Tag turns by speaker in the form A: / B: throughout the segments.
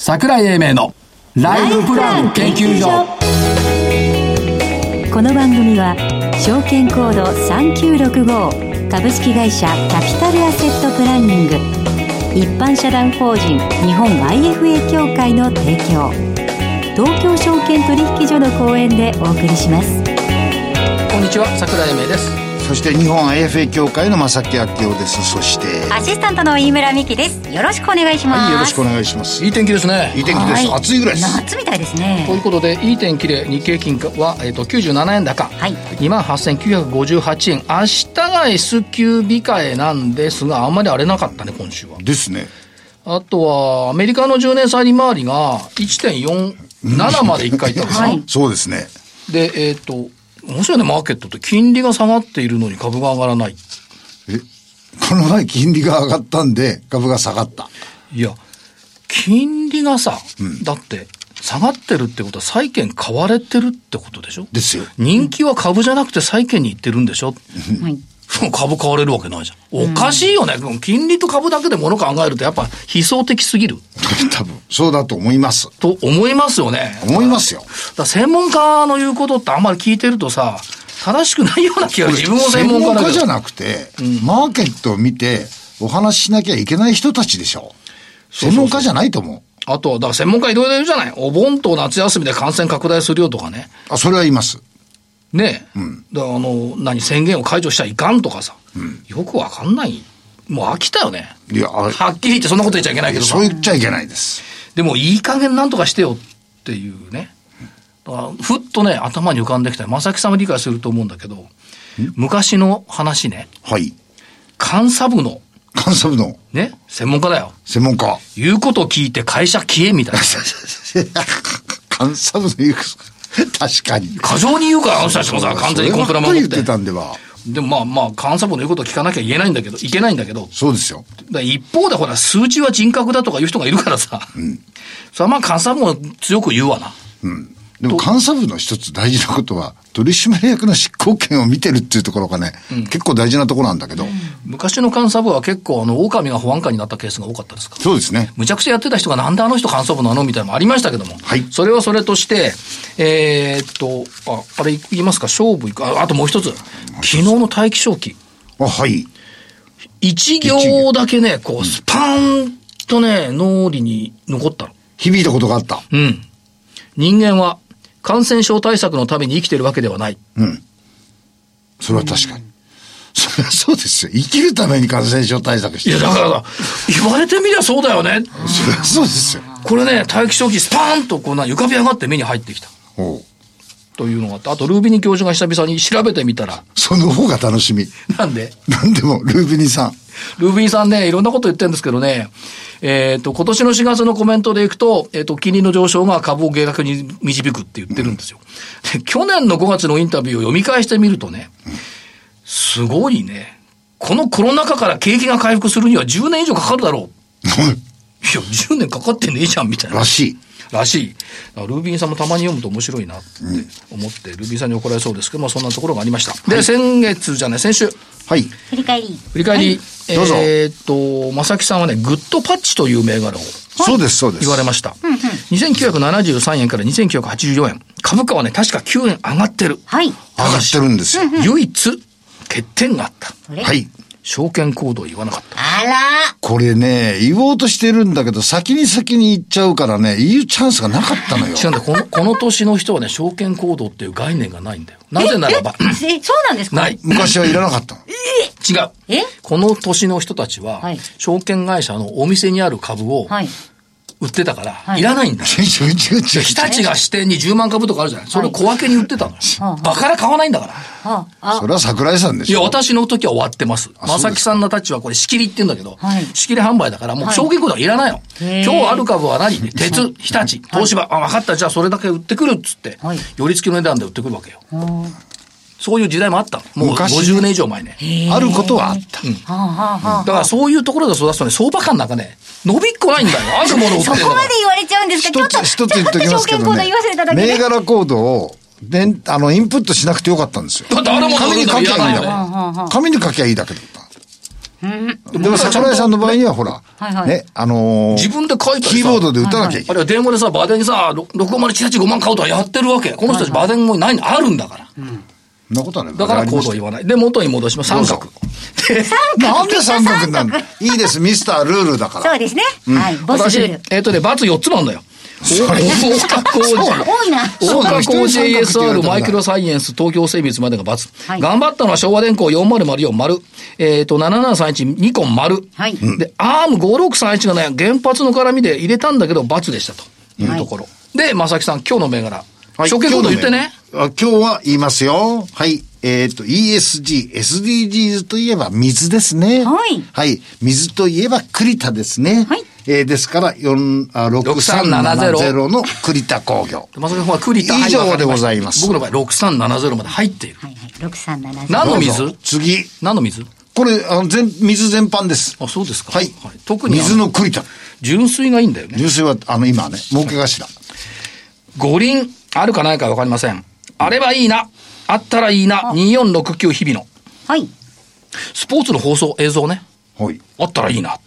A: 桜井英明のライフプラン研究所
B: この番組は証券コード3965株式会社キャピタルアセットプランニング一般社団法人日本 IFA 協会の提供東京証券取引所の講演でお送りします
C: こんにちは桜井英明です
D: そして日本 IFA 協会の正木明夫ですそして
B: アシスタントの飯村美希ですよろしくお願いします、
D: はいよろしくお願いします
C: いい天気ですね
D: いい天気で
B: は
D: す暑いぐらいです
B: 夏みたいです
C: という
B: ね
C: ことでいい天気で日経金価は、えっと97円高、
B: はい
C: 2万8958円明日が S q 美化えなんですがあんまり荒れなかったね今週は
D: ですね
C: あとはアメリカの10年債利回りが1.47まで1回いったんですよ、
B: はい
D: そうですね
C: でえっ、と面白いねマーケットって金利が下がっているのに株が上がらない
D: えこの前金利が上がったんで株が下がった
C: いや金利がさ、だって下がってるってことは債券買われてるってことでしょ
D: ですよ
C: 人気は株じゃなくて債券に行ってるんでしょ、
B: はい
C: 株買われるわけないじゃん。おかしいよね。金利と株だけで物考えるとやっぱ悲壮的すぎる
D: 多分そうだと思います
C: と思いますよね。
D: 思いますよ
C: だから専門家の言うことってあんまり聞いてるとさ、正しくないような気が自分も専門家だけ
D: じ
C: ど
D: ゃ。なくて、マーケットを見てお話ししなきゃいけない人たちでしょ専門家じゃないと思う
C: あとは、だから専門家いろいろいるじゃない。お盆と夏休みで感染拡大するよとかね。
D: あそれは言います
C: ねえ。だからあの、何、宣言を解除しちゃいかんとかさ。よくわかんない。もう飽きたよね。
D: いやあれ
C: はっきり言ってそんなこと言っちゃいけないけどさ
D: そう。言っちゃいけないです
C: でもいい加減なんとかしてよっていうね。だからふっとね、頭に浮かんできた。正木さんは理解すると思うんだけど、昔の話ね、
D: はい
C: 監査部の、
D: 監査部の
C: ね、専門家だよ。
D: 専門家
C: 言うこと聞いて会社消えみ たいな。
D: 監査部の言う確かに
C: 過剰に言うから、あの人たちもさ、完全にコンプラ
D: それば
C: 守
D: っ
C: っ
D: かり言
C: て。
D: ってたんでは
C: でもまあまあ、監査部の言うこと聞かなきゃ言えないんだけど、いけないんだけど、
D: そうですよ
C: だから一方でほら、数値は人格だとかいう人がいるからさ、それはまあ監査部も強く言うわな。
D: うんでも監査部の一つ大事なことは取締役の執行権を見てるっていうところがね、結構大事なところなんだけど、
C: 昔の監査部は結構、あの、狼が保安官になったケースが多かったですか
D: そうですね
C: むちゃくちゃやってた人がなんであの人感想部なのみたいなのもありましたけども。
D: はい
C: それはそれとして、えーっと、あ、あれ言いますか、勝負いく。ああともう一つ。昨日の大気象期。
D: あはい
C: 一行だけね、こう、スパーンとね、脳裏に残ったの。
D: 響いたことがあった
C: うん。人間は感染症対策のために生きてるわけではない。
D: うんそれは確かに、それはそうですよ生きるために感染症対策し
C: い
D: て
C: や、
D: る
C: だから、言われてみりゃそうだよね。
D: それはそうですよ
C: これね、大気象期スパーンとこうな、浮かび上がって目に入ってきた。
D: おう
C: というのがあって、あとルービニ教授が久々に調べてみたら、
D: その方が楽しみ
C: なんで
D: 何でもルービニさん
C: ルービンさんね、いろんなこと言ってるんですけどね、えっ、と、今年の4月のコメントでいくと、えっ、と、金利の上昇が株を下落に導くって言ってるんですよ。で去年の5月のインタビューを読み返してみるとね、すごいね、このコロナ禍から景気が回復するには10年以上かかるだろう。いや、10年かかってねえじゃん、みたいな
D: ら。しい
C: らしい。だからルービンさんもたまに読むと面白いなって思って、ルービンさんに怒られそうですけど、まあそんなところがありました。で、先月じゃない、先週。
D: はい
B: 振り返り
C: 振り返り、
D: どうぞ
C: えーっと、正木さんはね、グッドパッチという銘柄を
D: そうですそうです
C: 言われました。2973円から2984円。株価はね、確か9円上がってる。
B: はい
D: 上がってるんですよ、
C: 唯一、欠点があった。
B: それ
D: はい
C: 証券行動を言わなかった。
B: あら
D: これね、言おうとしてるんだけど、先に先に言っちゃうからね、言うチャンスがなかったのよ。
C: 違うんだ、この、 この年の人はね、証券行動っていう概念がないんだよ。なぜならば、
B: ええそうなんですか
C: ない。
D: 昔はいらなかったの。
C: 違う。
B: え
C: この年の人たちは、
B: はい
C: 証券会社のお店にある株を
B: はい
C: 売ってたから、
B: はい
C: い、らないんだよ。
D: 違う違う違う
C: 日立が支店に10万株とかあるじゃない。それを小分けに売ってたの。バカら買わないんだから。
B: ああ
D: それは桜井さんで
C: い
D: し
C: や、
D: ょ。
C: 私の時は終わってます。
D: そ
C: ま
D: うですか
C: さきさんのたちはこれ仕切りって言うんだけど、
B: はい
C: 仕切り販売だからもう証券コードはいらないの。
B: へー
C: 今日ある株は何鉄、日立、東芝、あ、分かった、じゃあそれだけ売ってくるっつって、
B: はい
C: 寄り付きの値段で売ってくるわけよ。そういう時代もあったの。もう
D: 昔
C: 50年以上前ね。
D: あることはあった。
B: はあはあはあ
C: だからそういうところで育つとね、相場感なんかね、伸びっこないんだよ。あるものを売っ
B: そ
C: て
B: こ
C: んだ
B: まで
C: から。
B: 言われちゃうんですかちょ
D: 一
B: っと
D: つ、一つ言っときますけ
B: ちょっと証券
D: ど
B: コード
D: ね
B: 言わせていただ。け
D: 銘
B: て
D: 柄コードを、でんあの、インプットしなくてよかったんですよ。
C: だってあるものを
D: 紙
C: 売る
D: に
C: の
D: 書
C: はい
D: きゃ
C: ら
D: いい
C: ない
D: ん
C: よ
D: だ
C: ね。
D: から。紙に書きゃいいだけだった。でも桜井さんの場合にはほら、
B: はいはい
D: ね、あのー
C: 自分で書いたりさ
D: キーボードで打たなきゃいけ
C: あ
D: ない。
C: れは電話でさ、バーデンにさ、ろ650185万買うとはやってるわけ。この人たちバーデンもないのあるんだから。
D: そんなことはね、
C: だから
D: 我々あり
C: コ
D: ま
C: ー
D: し
C: ド
D: た
C: は言
D: よ
C: わない。で、元に戻します。三角。で
D: なんで三角になるのいいです、ミスタールールだから。
B: そうですね。はい。ボスルール。
C: 私えっとね、罰4つもあるのよ。
D: それ
C: 大田工事。
B: 多いな。
D: そうなの
C: 大
D: 人
C: 工
D: に
C: 事
D: 三角って言われ
C: ASR
D: たら
C: マイクロサイエンス東京精密までが×、
B: はい
C: 頑張ったのは昭和電工4004丸えっ、と7731ニコン丸、
B: はい
C: でアーム5631がね原発の絡みで入れたんだけど×でしたというところ、で正木さん今日の銘柄
D: はい
C: 初見こと言ってね。
D: 今日のねあ今日は言いますよ。はい。えっ、と、ESG、SDGs といえば水ですね。
B: はい
D: はい。水といえば栗田ですね。
B: はい
D: えーですから、4あ6370の栗田工業。
C: 正木さんはクリタ
D: 以上でございます
C: 僕の場合6370まで入っている
B: はいはい。六三七
C: 何の
D: どう
C: 水
D: ぞ次。
C: 何の水
D: これ、あの、全、水全般です。
C: あそうですか
D: はい。
C: 特にあの
D: 水の栗田。
C: 純水がいいんだよね
D: 流水は、あの、今ね、儲け頭。
C: 五輪あるかないかわかりません。あればいいな。あったらいいな。2469日々の。
B: はい。
C: スポーツの放送、映像ね。
D: はい。
C: あったらいいな。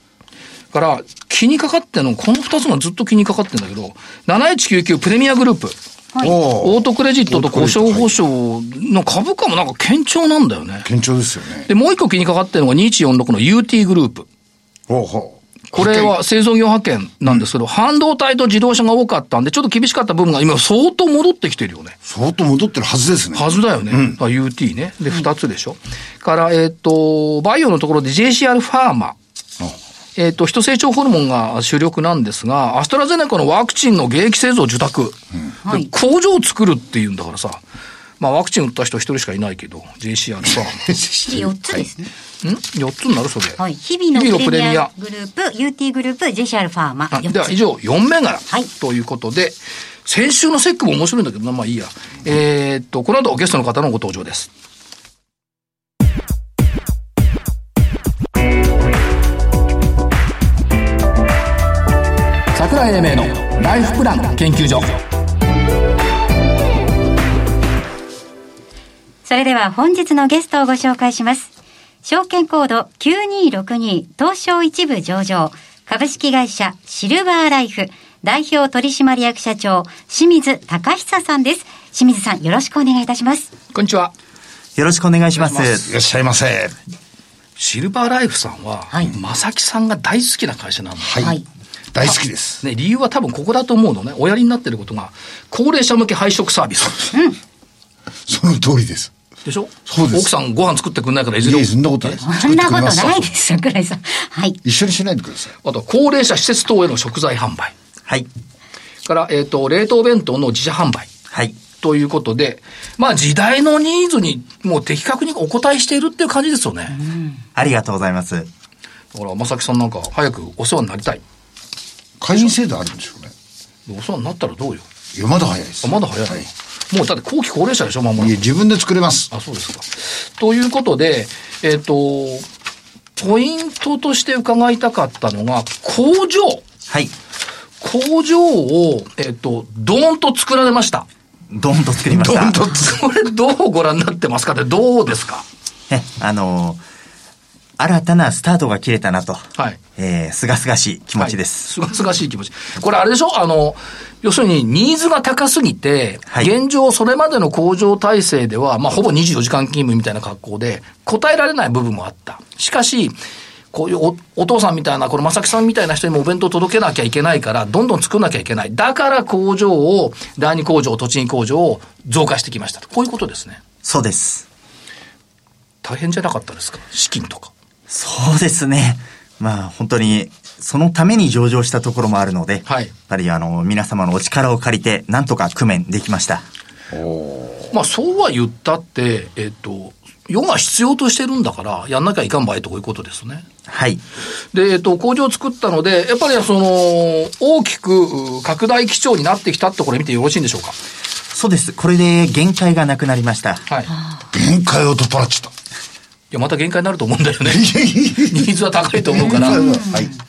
C: から、気にかかってんの、この二つがずっと気にかかってんだけど、7199プレミアグループ。
B: はい
D: お
C: オ
D: お
C: ートクレジットと故障保証の株価もなんか堅調なんだよね。
D: 堅調ですよね。
C: で、もう一個気にかかってるのが2146の UT グループ。
D: ほうほう。
C: これは製造業派遣なんですけど、半導体と自動車が多かったんで、ちょっと厳しかった部分が今相当戻ってきてるよね。
D: 相当戻ってるはずですね。
C: はずだよね。だから UT ね。で、2つでしょ。から、えっ、と、バイオのところで JCR ファーマ。えっ、と、人成長ホルモンが主力なんですが、アストラゼネカのワクチンの現役製造受託。
B: はい
C: で工場を作るっていうんだからさ、まあワクチン打った人一人しかいないけど、JCR ファー
B: 四つですね。
C: マ。ん ?4 つになるそれ。
B: はい。日々の
C: 日々
B: プ
C: の
B: レミア
C: プ
B: グループ、UT グループ、ジェシャルファーマ。
C: はい
B: 四つ
C: では以。上4銘柄
B: はい
C: ということで、先週のセックも面白いんだけどな、まあいいや。えーっと、この後ゲストの方のご登場です。桜井英明のライフプラン研究所。
B: それでは本日のゲストをご紹介します。証券コード9262東証一部上場株式会社シルバーライフ代表取締役社長清水隆久さんです。清水さんよろしくお願いいたします。
C: こんにちは。
E: よろしくお願いします。
D: いらっしゃいませ。
C: シルバーライフさんは、
B: はい
C: 正木さんが大好きな会社なんだ。
D: はい。
B: はい
D: 大好きです。
C: ね、理由は多分ここだと思うのね。おやりになってることが、高齢者向け配食サービス。
D: その通りです。
C: でしょ
D: そうです
C: 奥さんご飯作ってくんないからいず
D: い
C: れ
D: え、そんなことないです。
B: そんなこと
D: 作って
B: ないで
D: きます
B: すよ、桜井さん。はい。
D: 一緒にしないでください。
C: あとは高齢者施設等への食材販売。
E: はい。
C: から、えっ、と、冷凍弁当の自社販売。
E: はい。
C: ということで、まあ時代のニーズにもう的確にお答えしているっていう感じですよね。
E: ありがとうございます。
C: だから、まさきさんなんか早くお世話になりたい。
D: 会員制度あるんでしょうね。
C: お世話になったらどうよ。
D: いや、まだ早いです。
C: あまだ早いな、
D: は
C: もうだって後期高齢者でしょ、まも
D: いや、
C: なく。
D: 自分で作れます。
C: あ、そうですか。ということで、えっ、と、ポイントとして伺いたかったのが、工場。
E: はい。
C: 工場を、えっ、と、ドーンと作られました。
E: ドーンと作りました。
C: それどうご覧になってますかってどうですか
E: え、あのー新たなスタートが切れたなと。
C: はい
E: えー、すがすがしい気持ちです。
C: すがすがしい気持ち。これあれでしょあの、要するにニーズが高すぎて、
E: はい
C: 現状それまでの工場体制では、まあほぼ24時間勤務みたいな格好で、答えられない部分もあった。しかし、こういうおお父さんみたいな、この正木さんみたいな人にもお弁当届けなきゃいけないから、どんどん作んなきゃいけない。だから工場を、第二工場、栃木工場を増加してきましたと。こういうことですね。
E: そうです。
C: 大変じゃなかったですか資金とか。
E: そうですね。まあ、本当に、そのために上場したところもあるので、
C: はい
E: やっぱり、あの、皆様のお力を借りて、なんとか工面できました。
C: まあそうは言ったって、えっと、世が必要としてるんだから、やんなきゃいかんばいとこういうことですね。
E: はい。
C: で、えっと、工場を作ったので、やっぱりその、大きくう拡大基調になってきたってこれ見てよろしいんでしょうか。
E: そうです。これで限界がなくなりました。
C: はい。い
D: 限界を取っ払っちゃっ
C: や、また限界になると思うんだよね。
D: た。
C: ニーズは高いと思うから。
D: はい。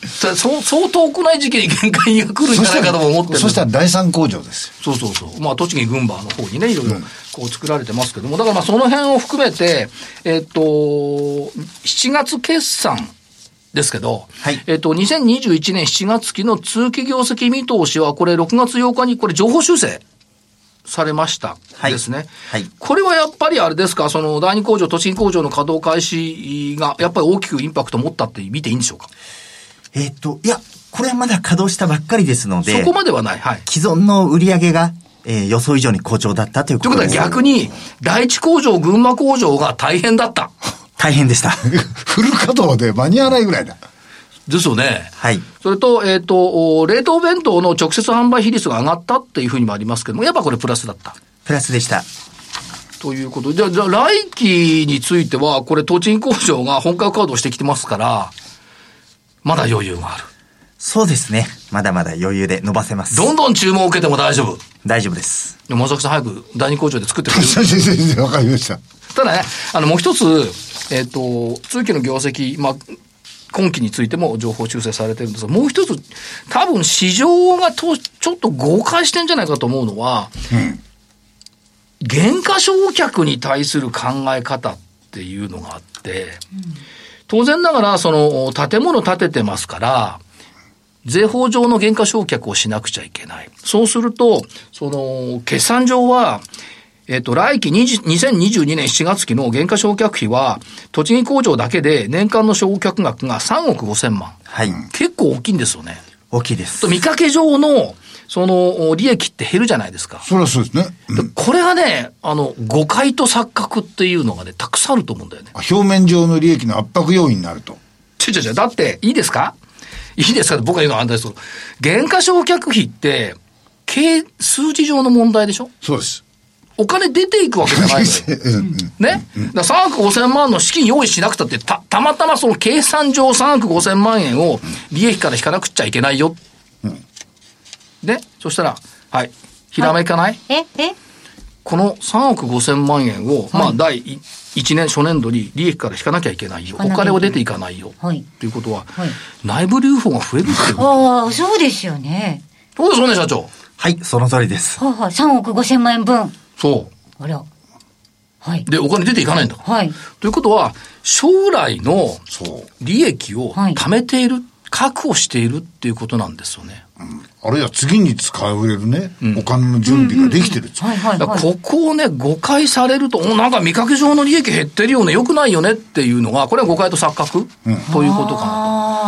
C: そそう、そう遠くない時期に限界が来るんじゃないかとも思ってるんです
D: そしたら第三工場ですよ。
C: そうそうそう。まあ、栃木、群馬の方にね、いろいろこう作られてますけども、だからまあ、その辺を含めて、えっと、7月決算ですけど、
E: はい
C: えっと、2021年7月期の通期業績見通しは、これ6月8日に、これ情報修正。されました。
E: はい
C: ですね。
E: はい
C: これはやっぱりあれですか、その第二工場、栃木工場の稼働開始が、やっぱり大きくインパクトを持ったって見ていいんでしょうか。
E: えっと、いや、これはまだ稼働したばっかりですので、
C: そこまではない。はい。
E: 既存の売り上げが、えー予想以上に好調だったという
C: とい
E: こ
C: うことと
E: で
C: は
E: す。
C: 逆に、第一工場、群馬工場が大変だった。
E: 大変でした。
D: フル稼働で間に合わないぐらいだ。
C: ですよね。
E: はい。
C: それと、えっ、と、お冷凍弁当の直接販売比率が上がったっていうふうにもありますけども、やっぱこれプラスだった。
E: プラスでした。
C: ということで、じゃあ、じゃあ来期については、これ、栃木工場が本格稼働してきてますから、まだ余裕がある。
E: そうですね。まだまだ余裕で伸ばせます。
C: どんどん注文を受けても大丈夫。
E: 大丈夫です。
C: でも松崎さん早く第二工場で作ってくれる
D: 先生、先生、わかりました。
C: ただね、あの、もう一つ、えっ、と、通期の業績、まあ、今期についても情報修正されてるんですが、もう一つ、多分市場がとちょっと誤解してんじゃないかと思うのは、減価償却に対する考え方っていうのがあって、当然ながら、その、建物建ててますから、税法上の減価償却をしなくちゃいけない。そうすると、その、決算上は、えっと、来期20 2022年7月期の減価償却費は、栃木工場だけで年間の償却額が3億5千万。
E: はい。
C: 結構大きいんですよね。
E: 大きいです
C: と。見かけ上の、その、利益って減るじゃないですか。
D: それはそうですね。うん
C: でこれがね、あの、誤解と錯覚っていうのがね、たくさんあると思うんだよね。
D: 表面上の利益の圧迫要因になると。
C: ちょちょちょ、だって、いいですかいいですかって僕が言うのはあんたですけど、減価償却費って、経、数字上の問題でしょ
D: そうです。
C: お金出ていくわけじゃ ないのよ。
D: うんうん
C: ね、だから3億5千万の資金用意しなくたって、た、たまたまその計算上3億5千万円を利益から引かなくちゃいけないよ。ね、そしたら、はい、ひらめかない、
B: ええ
C: この3億5千万円を、まあ、第1年、初年度に利益から引かなきゃいけないよ。
B: 引かな
C: お
B: きゃ
C: 金を出
B: いけない
C: ていかないよ。
B: はい
C: ということは、
B: はい
C: 内部留保が増えるっていう。
B: ああ、そうですよね。
C: そうですよね、社長。
E: はい、その通りです。
B: はあ、はあ、3億5千万円分。
C: そ。。
B: あら。はいう
C: で、お金出ていかないんだから。
B: はい。
C: ということは、将来の
D: そう。
C: 利益を
B: はい
C: 貯めている、確保しているっていうことなんですよね。
D: あるいは次に使えるね、お金の準備ができてる。
B: はいはい
C: だか
B: は
C: ら
B: い。
C: ここをね、誤解されると、おなんか見かけ上の利益減ってるよね、良くないよねっていうのが、これは誤解と錯覚、ということかな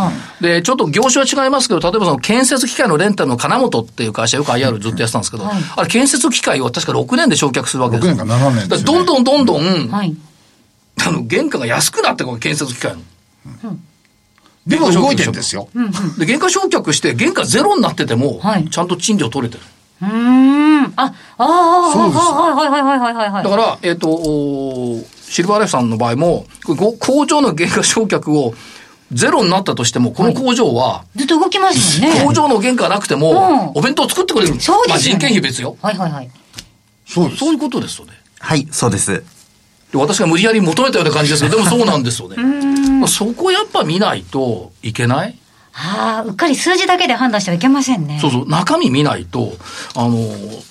B: あ
C: と。で、ちょっと業種は違いますけど、例えばその建設機械のレンタルの金本っていう会社、よく IR ずっとやってたんですけど、
B: はい
C: あれ建設機械を確か6年で焼却するわけです
D: 6年か7年ですよね
C: だからどんどんどんどん、
B: あ。はい。
C: あの、原価が安くなってこの建設機械の。
D: でも動いてるんですよ。
C: で、原価償却して、原価ゼロになってても、
B: はい
C: ちゃんと賃料取れてる。
B: うーん。あ、ああ、
D: そうです
B: はいはいはいはいはいはい
C: だか
B: は
C: ら、えっ、と、おーシルバーライフさんの場合も、これご工場の原価償却をゼロになったとしても、この工場は、
B: い。ずっと動きますもんね。
C: 工場の原価なくても、
B: うん
C: お弁当作ってくれる。
B: そうですよね
C: まあ人件費別よ。
B: はいはいはい。
D: そうです
C: そう。いうことですよね。
E: はい、そうです。
C: で私が無理やり求めたような感じです けど、でもそうなんですよね。まあそこやっぱ見ないといけない
B: ああ、うっかり数字だけで判断してはいけませんね。
C: そうそう、中身見ないと、あの、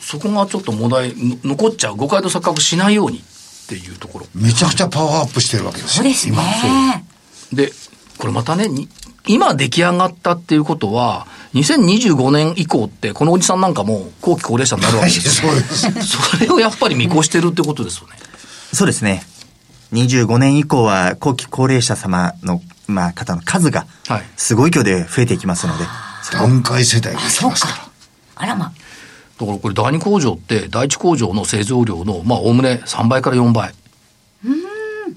C: そこがちょっと問題、の残っちゃう、誤解と錯覚しないようにっていうところ。
D: めちゃくちゃパワーアップしてるわけです
B: そう
D: よ。
B: ですね。
C: で、これまたね、に今出来上がったっていうことは、2025年以降って、このおじさんなんかも後期高齢者になるわけですよ。
D: そうです。
C: それをやっぱり見越してるってことですよね。
E: そうですね。25年以降は後期高齢者様の、まあ、方の数が
C: はい、
E: すごい勢いで増えていきますので、
D: 段階世代が来てますから。
B: あらま。
C: だからこれ第二工場って、第一工場の製造量の、まあ、おおむね3倍から4倍。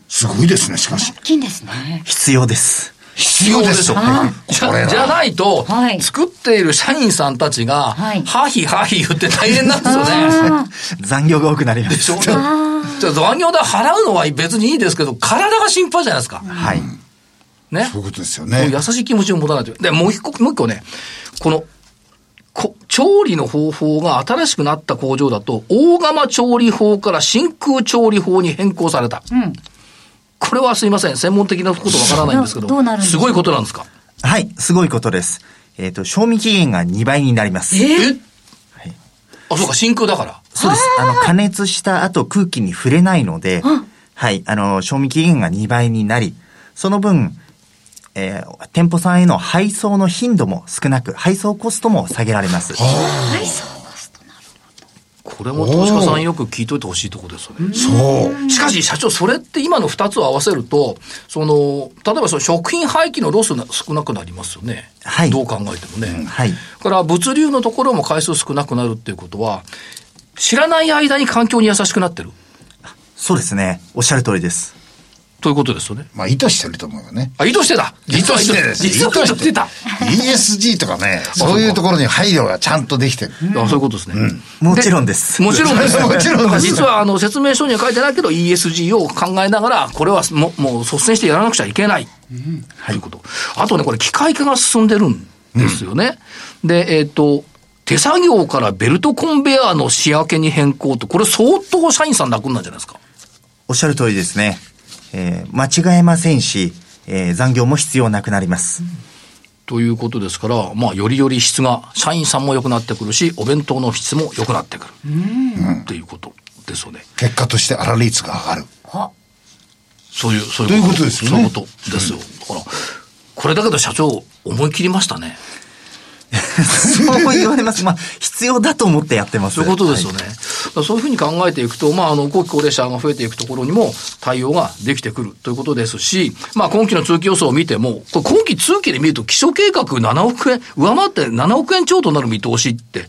D: すごいですね、しかし。
B: 大きいんですね。
E: 必 要です。
D: 必要ですよ。こ
B: あ
C: じゃ
D: れ
C: じゃ
D: は。
C: ないと、
B: はい
C: 作っている社員さんたちが、
B: はい
C: はひはひ言って大変なんですよね。
B: あ
E: 残業が多くなりま
C: でし
E: す
C: ょ。じゃあ残業代払うのは別にいいですけど、体が心配じゃないですか。
E: はい。
C: ね。
D: そういうことですよ
C: こう
D: ね
C: いう。優しい気持ちを持たないと。で、もう一個、もう一個ね、この、こ調理の方法が新しくなった工場だと、大釜調理法から真空調理法に変更された。
B: ん
C: これはすいません、専門的なことわからないんですけど、
B: どうなるんです
C: す
B: か
C: ごいことなんですか。
E: はい、すごいことです。えっ、と、賞味期限が2倍になります。
C: え
E: はい
C: あ、そうか、真空だから。
E: そうです。あの、加熱した後空気に触れないので、はい、あの、賞味期限が2倍になり、その分、えー店舗さんへの配送の頻度も少なく、配送コストも下げられます。
B: はい、そう。
C: これも投資家さんよく聞いといてほしいところですよね。
D: そう。
C: しかし社長、それって今の2つを合わせると、その、例えばその食品廃棄のロスが少なくなりますよね。
E: はい
C: どう考えてもね。
E: はい。
C: だから物流のところも回数少なくなるっていうことは、知らない間に環境に優しくなってる
E: そうですね。おっしゃる通りです。
C: ということですよね。
D: まあ、意図してると思うよね。
C: あ、意図してた実は
D: 意図してです
C: 実は意図してた
D: ESG とかね、 そういうところに配慮がちゃんとできてる。
C: あそういうことですね。
E: もちろ んです。
C: もちろんです。
D: もちろんです
C: だから実はあの説明書には書いてないけど ESG を考えながら、これはももう率先してやらなくちゃいけない。ということ。あとね、これ機械化が進んでるんですよね。で、えっ、と、手作業からベルトコンベヤーの仕分けに変更と、これ相当社員さん楽なんじゃないですか。
E: おっしゃる通りですね。えー間違えませんし、えー残業も必要なくなります。
C: ということですから、まあ、よりより質が、社員さんも良くなってくるし、お弁当の質も良くなってくる。っていうことですよね。
D: 結果として粗率が上がる。
C: そういう、そう
D: と
C: い
D: いううことですよね
C: そういうことですよ。だから、これだけど社長、思い切りましたね。
E: そう言われます。まあ、必要だと思ってやってます。
C: そういうことですよね。
E: はい
C: だからそういうふうに考えていくと、まあ、あの、後期高齢者が増えていくところにも対応ができてくるということですし、まあ、今期の通期予想を見ても、これ今期通期で見ると、基礎計画7億円、上回って7億円超となる見通しって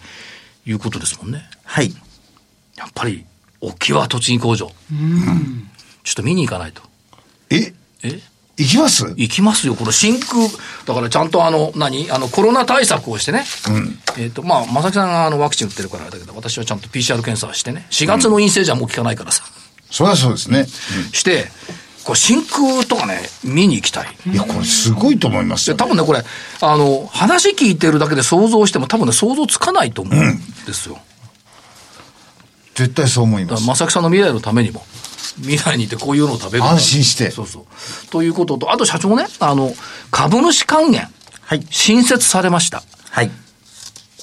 C: いうことですもんね。
E: はい。
C: やっぱり、沖は栃木工場。ちょっと見に行かないと。
D: え
C: え
D: 行きます
C: 行きますよ、この真空、だからちゃんとあの、何、あの、コロナ対策をしてね、えっ、と、まあ、まさきさんがあのワクチン打ってるからあれだけど、私はちゃんと PCR 検査してね、4月の陰性じゃもう効かないからさ、
D: そりゃそうですね。
C: して、こう真空とかね、見に行きたい。
D: いや、これすごいと思います
C: で
D: よ、
C: 多分ね、これ、あの、話聞いてるだけで想像しても、多分ね、想像つかないと思うんですよ。
D: 絶対そう思い
C: だ
D: ま
C: か
D: す
C: ら、。まさきさんの未来のためにも、未来に行ってこういうのを食べる。
D: 安心して
C: そうそう。ということと、あと社長ね、あの、株主還元、
E: はい。
C: 新設されました。
E: はい。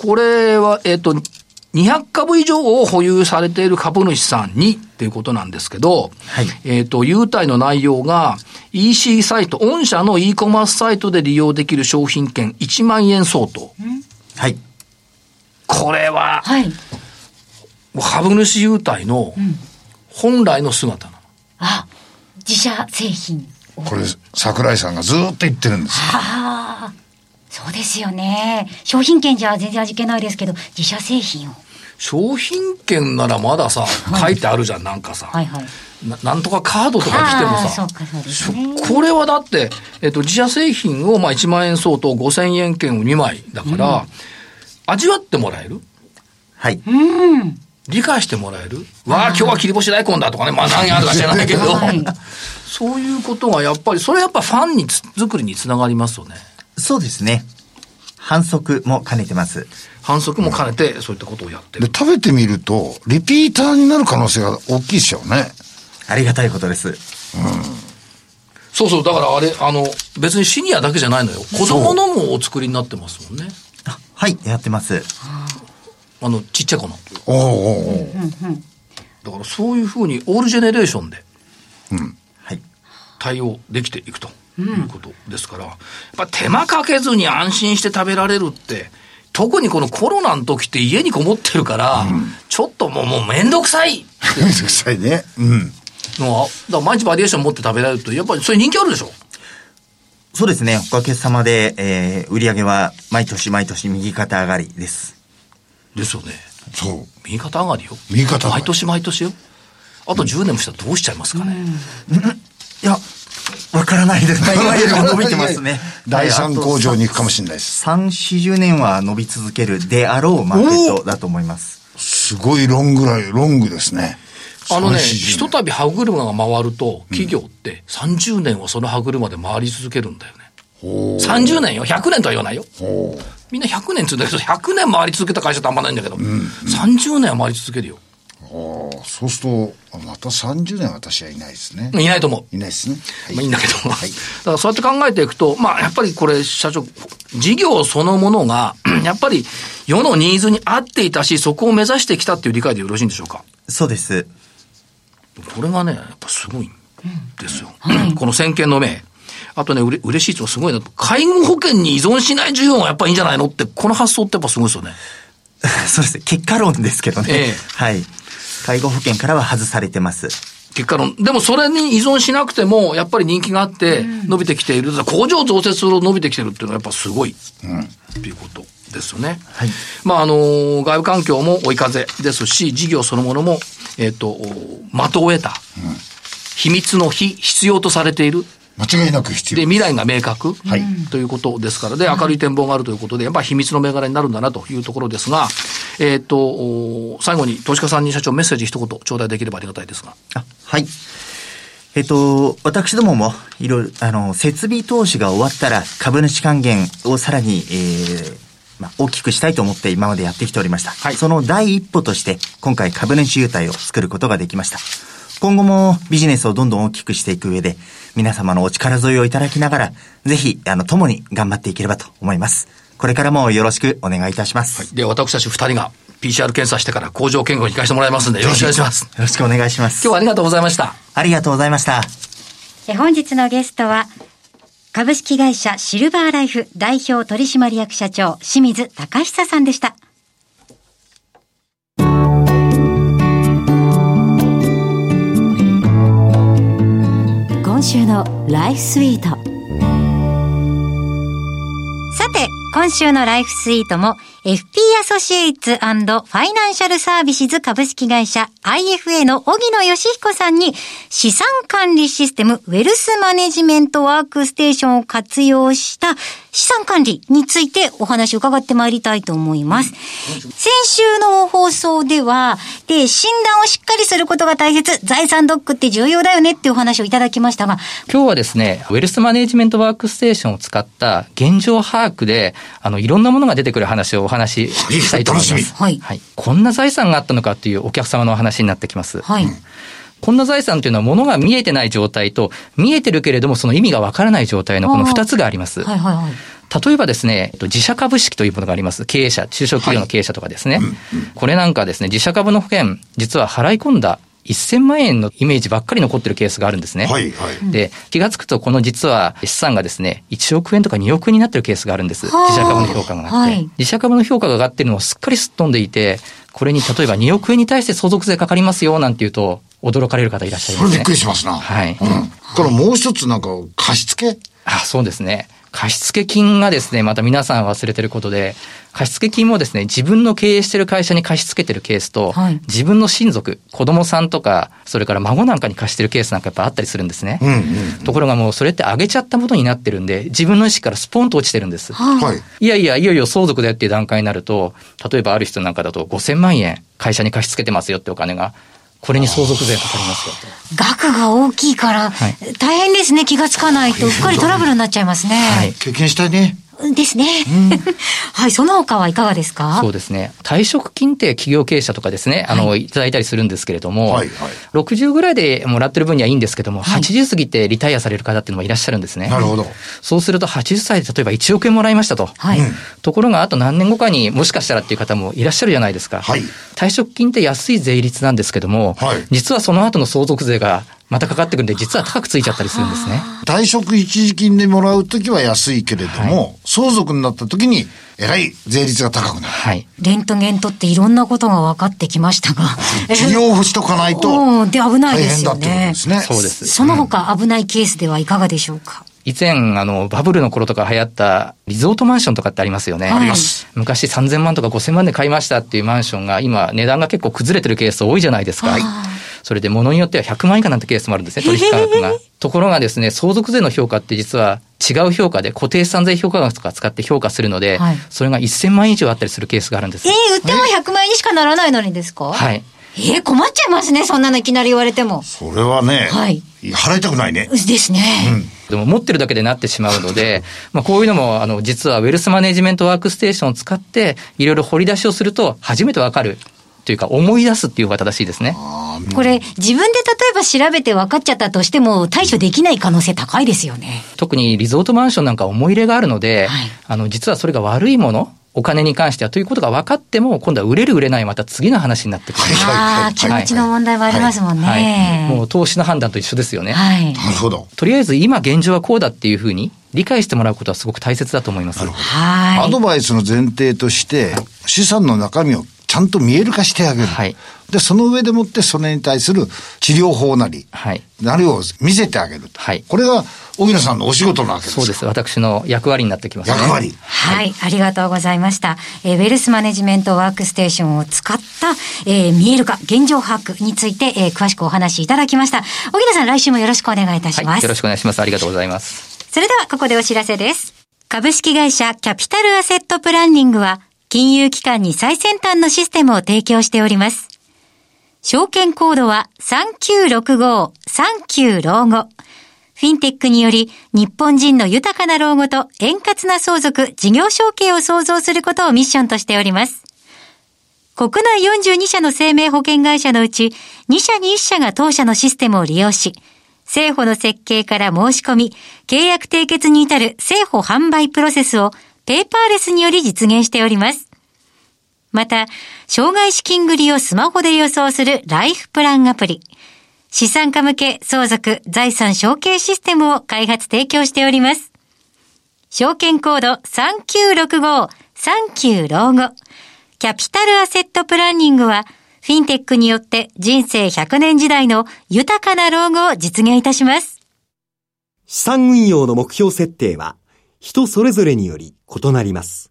C: これは、えっ、と、200株以上を保有されている株主さんにっていうことなんですけど、
E: はい
C: えっ、と、優待の内容が EC サイト、御社の e コマースサイトで利用できる商品券1万円相当。
E: はい。
C: これは、
B: はい。
C: 株主優待の本来の姿なの。
B: あ、自社製品を。
D: これ、桜井さんがずーっと言ってるんですよ。
B: ああ、そうですよね。商品券じゃ全然味気ないですけど、自社製品を。
C: 商品券ならまださ、書いてあるじゃん、なんかさ。
B: はいはい。
C: ななんとかカードとか来ても
B: ああ
C: さ。
B: ー、そうかそうですね。
C: これはだって、えっと、自社製品をまあ1万円相当5000円券を2枚だから、味わってもらえる
E: はい。
B: うん。
C: 理解してもらえるわあ、今日は切り干し大根だとかね、まあ何やあるか知らないけど、
B: はい
C: そういうことがやっぱり、それやっぱファンにつ作りにつながりますよね。
E: そうですね。反則も兼ねてます。
C: 反則も兼ねて、そういったことをやって
D: で
C: る。、
D: 食べてみると、リピーターになる可能性が大きいですよね。
E: ありがたいことです。
C: そうそう、だからあれ、あの、別にシニアだけじゃないのよ。子供のもお作りになってますもんね。
E: あはい、やってます。
C: あの、ちっちゃい子の。
D: おうおうおう
C: だからそういうふうに、オールジェネレーションで。
E: はい。
C: 対応できていくということですから、やっぱ手間かけずに安心して食べられるって、特にこのコロナの時って家にこもってるから、ちょっともう、もうめんどくさい
D: めんどくさいね。うん。
C: のは、だから毎日バリエーション持って食べられると、やっぱりそれ人気あるでしょ
E: そうですね。おかげさまで、えー売り上げは毎年毎年右肩上がりです。
C: ですよね。
D: そう。
C: 右肩上がりよ。
D: 右肩上が
C: 毎
D: り。
C: 年毎年よ。あと10年もしたらどうしちゃいますかね。
E: いや、わからない です。今よりも伸びてますね
D: 第三工場
E: に。
D: に行くかもしれないです。
E: 3、40年は伸び続けるであろうマーケットだと思います。
D: すごいロングライ、ロングですね。
C: あのね、
D: 3 40
C: ひとたび歯車が回ると、企業って30年はその歯車で回り続けるんだよね。
D: ほう
C: 30年よ、100年とは言わないよ。
D: ほう
C: みんな100年っつうんだけど、100年回り続けた会社ってあんまないんだけど、30年は回り続けるよ。
D: ほうあそうすると、また30年私はいないですね。
C: いないと思う。
D: いないですね。
C: まあ、いいんだけど、
D: はい。
C: だからそうやって考えていくと、まあ、やっぱりこれ、社長、事業そのものが、 やっぱり世のニーズに合っていたし、そこを目指してきたっていう理解でよろしいんでしょうか。
E: そうです。
C: これがね、やっぱすごいんですよ。 この先見の明。あとね、うれ嬉しいとはすごいな。介護保険に依存しない需要がやっぱいいんじゃないのって、この発想ってやっぱすごいですよね。
E: そうです。結果論ですけどね。
C: ええ
E: はい。介護保険からは外されてます。
C: 結果論。でもそれに依存しなくても、やっぱり人気があって、伸びてきている。工場増設するほど伸びてきてるっていうのはやっぱすごい。っていうことですよね。
E: はい
C: まあ、あのー外部環境も追い風ですし、事業そのものも、えっ、と、的を得た。秘密の非必要とされている。
D: 間違いなく必
C: で、
D: 要。
C: 未来が明確、ということですから、で、明るい展望があるということで、やっぱり秘密の銘柄になるんだなというところですが、えっ、と、お最後に投資家さんに社長メッセージ一言頂戴できればありがたいですが。
E: あはい。えっと、私どもも、いろいろ、あの、設備投資が終わったら、株主還元をさらに、えーまあ、大きくしたいと思って今までやってきておりました。
C: はい
E: その第一歩として、今回株主優待を作ることができました。今後もビジネスをどんどん大きくしていく上で、皆様のお力添えをいただきながら、ぜひ、あの、共に頑張っていければと思います。これからもよろしくお願いいたします。
C: で、私たち二人が PCR 検査してから工場見学に行かせてもらいますんで、よろしくお願いします。
E: よろしくお願いします。
C: 今日はありがとうございました。
E: ありがとうございました。
B: え本日のゲストは、株式会社シルバーライフ代表取締役社長、清水隆久さんでした。今週のライフスイート。さて、今週のライフスイートも FP アソシエイツファイナンシャルサービスズ株式会社 IFA の荻野義彦さんに資産管理システムウェルスマネジメントワークステーションを活用した資産管理についてお話を伺ってまいりたいと思います。先週の放送では、で、診断をしっかりすることが大切、財産ドックって重要だよねっていうお話をいただきましたが、
F: 今日はですね、ウェルスマネージメントワークステーションを使った現状把握で、あの、いろんなものが出てくる話をお話ししたいと思います。
D: 楽し
B: みはい
F: こんな財産があったのかというお客様のお話になってきます。
B: はい。
F: こんな財産というのは物が見えてない状態と、見えてるけれどもその意味がわからない状態のこの
B: あー
F: 二つがあります。
B: はいはいはい。
F: 例えばですね、えっと自社株式というものがあります。経営者、中小企業の経営者とかですね。これなんかはですね、自社株の保険、実は払い込んだ1000万円のイメージばっかり残ってるケースがあるんですね。
D: はい、はい。
F: で、気がつくと、この実は資産がですね、1億円とか2億円になってるケースがあるんです。
B: はあ
F: 自社株の評価が上がって。
B: はい
F: 自社株の評価が上がってるのをすっかりすっ飛んでいて、これに例えば2億円に対して相続税かかりますよ、なんて言うと、驚かれる方いらっしゃい
D: そ
F: ま
D: れびっ
F: すね
D: く。りしますな。
F: はい
D: うん。からもう一つなんか貸し付け
F: あ、そうですね。貸付金がですね、また皆さん忘れてることで、貸付金もですね、自分の経営してる会社に貸し付けてるケースと、
B: はい
F: 自分の親族、子供さんとか、それから孫なんかに貸してるケースなんかやっぱあったりするんですね。
D: んうん
F: ところがもうそれって上げちゃったことになってるんで、自分の意思からスポンと落ちてるんです。
B: はい。
D: はい。
F: いやいや、いよいよ相続だよっていう段階になると、例えばある人なんかだと5000万円会社に貸し付けてますよってお金が、これに相続税かかりますよと。
B: 額が大きいから、
F: はい
B: 大変ですね。気がつかないと、うっかりトラブルになっちゃいますね。
F: はい
D: 経験したいね。
B: ですね。 はい、その他はいかがですか
F: そうですね。退職金って企業経営者とかですね、あの、い、ただいたりするんですけれども、
D: はいはい
F: 60ぐらいでもらってる分にはいいんですけども、
B: はい
F: 80過ぎてリタイアされる方っていうのもいらっしゃるんですね。
D: なるほど。
F: そうすると80歳で例えば1億円もらいましたと。
B: はい。
F: ところがあと何年後かにもしかしたらっていう方もいらっしゃるじゃないですか。
D: はい
F: 退職金って安い税率なんですけども、
D: はい
F: 実はその後の相続税がまたかかってくるんで、実は高くついちゃったりするんですね。
D: 退職一時金でもらうときは安いけれども、相続になったときに、えらい税率が高くなる。
F: はい。
B: レントゲンとっていろんなことが分かってきましたが。
D: 企業をしとかないと、
B: うんで危ない
D: 大
B: で
D: 変
B: す
D: だ
B: よ
D: ってこと
B: ね
D: で。すね。
F: そうです。
B: その他危ないケースではいかがでしょうか、
F: 以前、あの、バブルの頃とか流行ったリゾートマンションとかってありますよね。
B: はいあります
F: 昔3000万とか5000万で買いましたっていうマンションが今値段が結構崩れてるケース多いじゃないですか。それで物によっては100万以下なんてケースもある んですね、取引価格が。ところがですね、相続税の評価って実は違う評価で固定資産税評価額とか使って評価するので、
B: はい
F: それが1000万以上あったりするケースがあるんです
B: え。ー、売っても100万円にしかならないのにですか
F: はい。
B: えー、困っちゃいますね。そんなのいきなり言われても。
D: それはね、
B: はい
D: 払いたくないね。
B: ですね。
F: でも持ってるだけでなってしまうので、 まあこういうのも、あの、実はウェルスマネジメントワークステーションを使って、いろいろ掘り出しをすると、初めてわかるというか思い出すっていう方が正しいですね。
B: これ、自分で例えば調べて分かっちゃったとしても、対処できない可能性高いですよね。
F: 特にリゾートマンションなんか思い入れがあるので、
B: はい
F: あの、実はそれが悪いもの、お金に関してはということが分かっても、今度は売れる売れないまた次の話になってくる。
B: ああ、気持ちの問題はありますもん
F: はい。も
B: ね。
F: う投資の判断と一緒ですよね。
B: はい。
D: なるほど。
F: とりあえず今現状はこうだっていうふうに理解してもらうことはすごく大切だと思います。
B: は
D: ア
B: い。
D: ドバイスの前提として、資産の中身をちゃんと見える化してあげる。
F: はい
D: で、その上でもって、それに対する治療法なり、
F: はい。
D: なりを見せてあげると。
F: はい
D: これが、荻野さんのお仕事なわけです
F: そうです。私の役割になってきますね。
D: 役割。
B: はい、ありがとうございました。えーウェルスマネジメントワークステーションを使った、えー見える化、現状把握について、えー詳しくお話しいただきました。小木田さん、来週もよろしくお願いいたし
F: は
B: ま
F: い。
B: す。
F: よろしくお願いします。ありがとうございます。
B: それではここでお知らせです。株式会社キャピタルアセットプランニングは金融機関に最先端のシステムを提供しております。証券コードは3965-39老後。フィンテックにより日本人の豊かな老後と円滑な相続、事業承継を創造することをミッションとしております。国内42社の生命保険会社のうち、2社に1社が当社のシステムを利用し、政府の設計から申し込み、契約締結に至る政府販売プロセスをペーパーレスにより実現しております。また、障害資金繰りをスマホで予想するライフプランアプリ、資産家向け相続財産承継システムを開発提供しております。証券コード3965-39老後。キャピタルアセットプランニングは、フィンテックによって人生100年時代の豊かな老後を実現いたします。
G: 資産運用の目標設定は人それぞれにより異なります。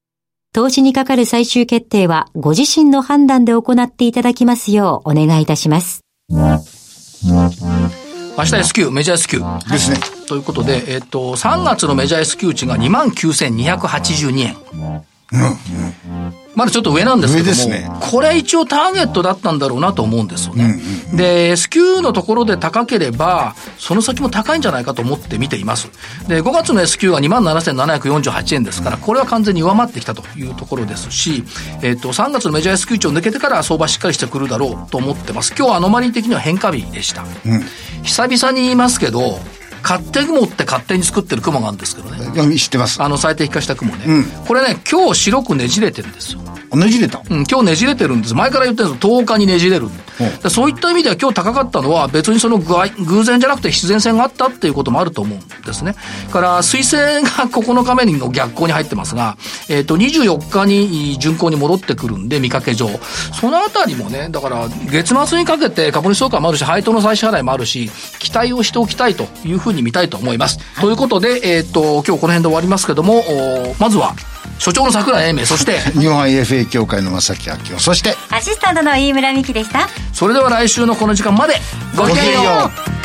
B: 投資にかかる最終決定は、ご自身の判断で行っていただきますようお願いいたします。
C: 明日 S q メジャー S q
D: ですね。
C: ということで、えっと、3月のメジャー S q 値が29,282円。まだちょっと上なんですけど
D: 上です
C: も、
D: ね
C: これ一応ターゲットだったんだろうなと思うんですよね。で、S q のところで高ければ、その先も高いんじゃないかと思って見ています。で、5月の S q は27,748円ですから、これは完全に上回ってきたというところですし、えっと、3月のメジャー S q 値を抜けてから相場しっかりしてくるだろうと思ってます。今日はアノマリー的には変化日でした。久々に言いますけど、勝手雲って勝手に作ってる雲があるんですけどね。
D: 知ってます。
C: あの最適化した雲ね、
D: うん
C: これね今日白くねじれてるんですよ、
D: 同じれた。
C: うん、今日ねじれてるんです前から言ってるんですよ10日にねじれる、でそういった意味では今日高かったのは別にその具合偶然じゃなくて必然性があったっていうこともあると思うんですねから水星が9日目の逆行に入ってますが、えっと24日に巡航に戻ってくるんで見かけ上そのあたりもねだから月末にかけて株主総会もあるし配当の再支払いもあるし期待をしておきたいというふうに見たいと思います、ということで、えっと今日この辺で終わりますけどもおまずは所長の桜井英明そして
D: 日本 IFA 協会の正木明夫。そして、
B: アシスタントの飯村美希でした。
C: それでは来週のこの時間までごきげんよう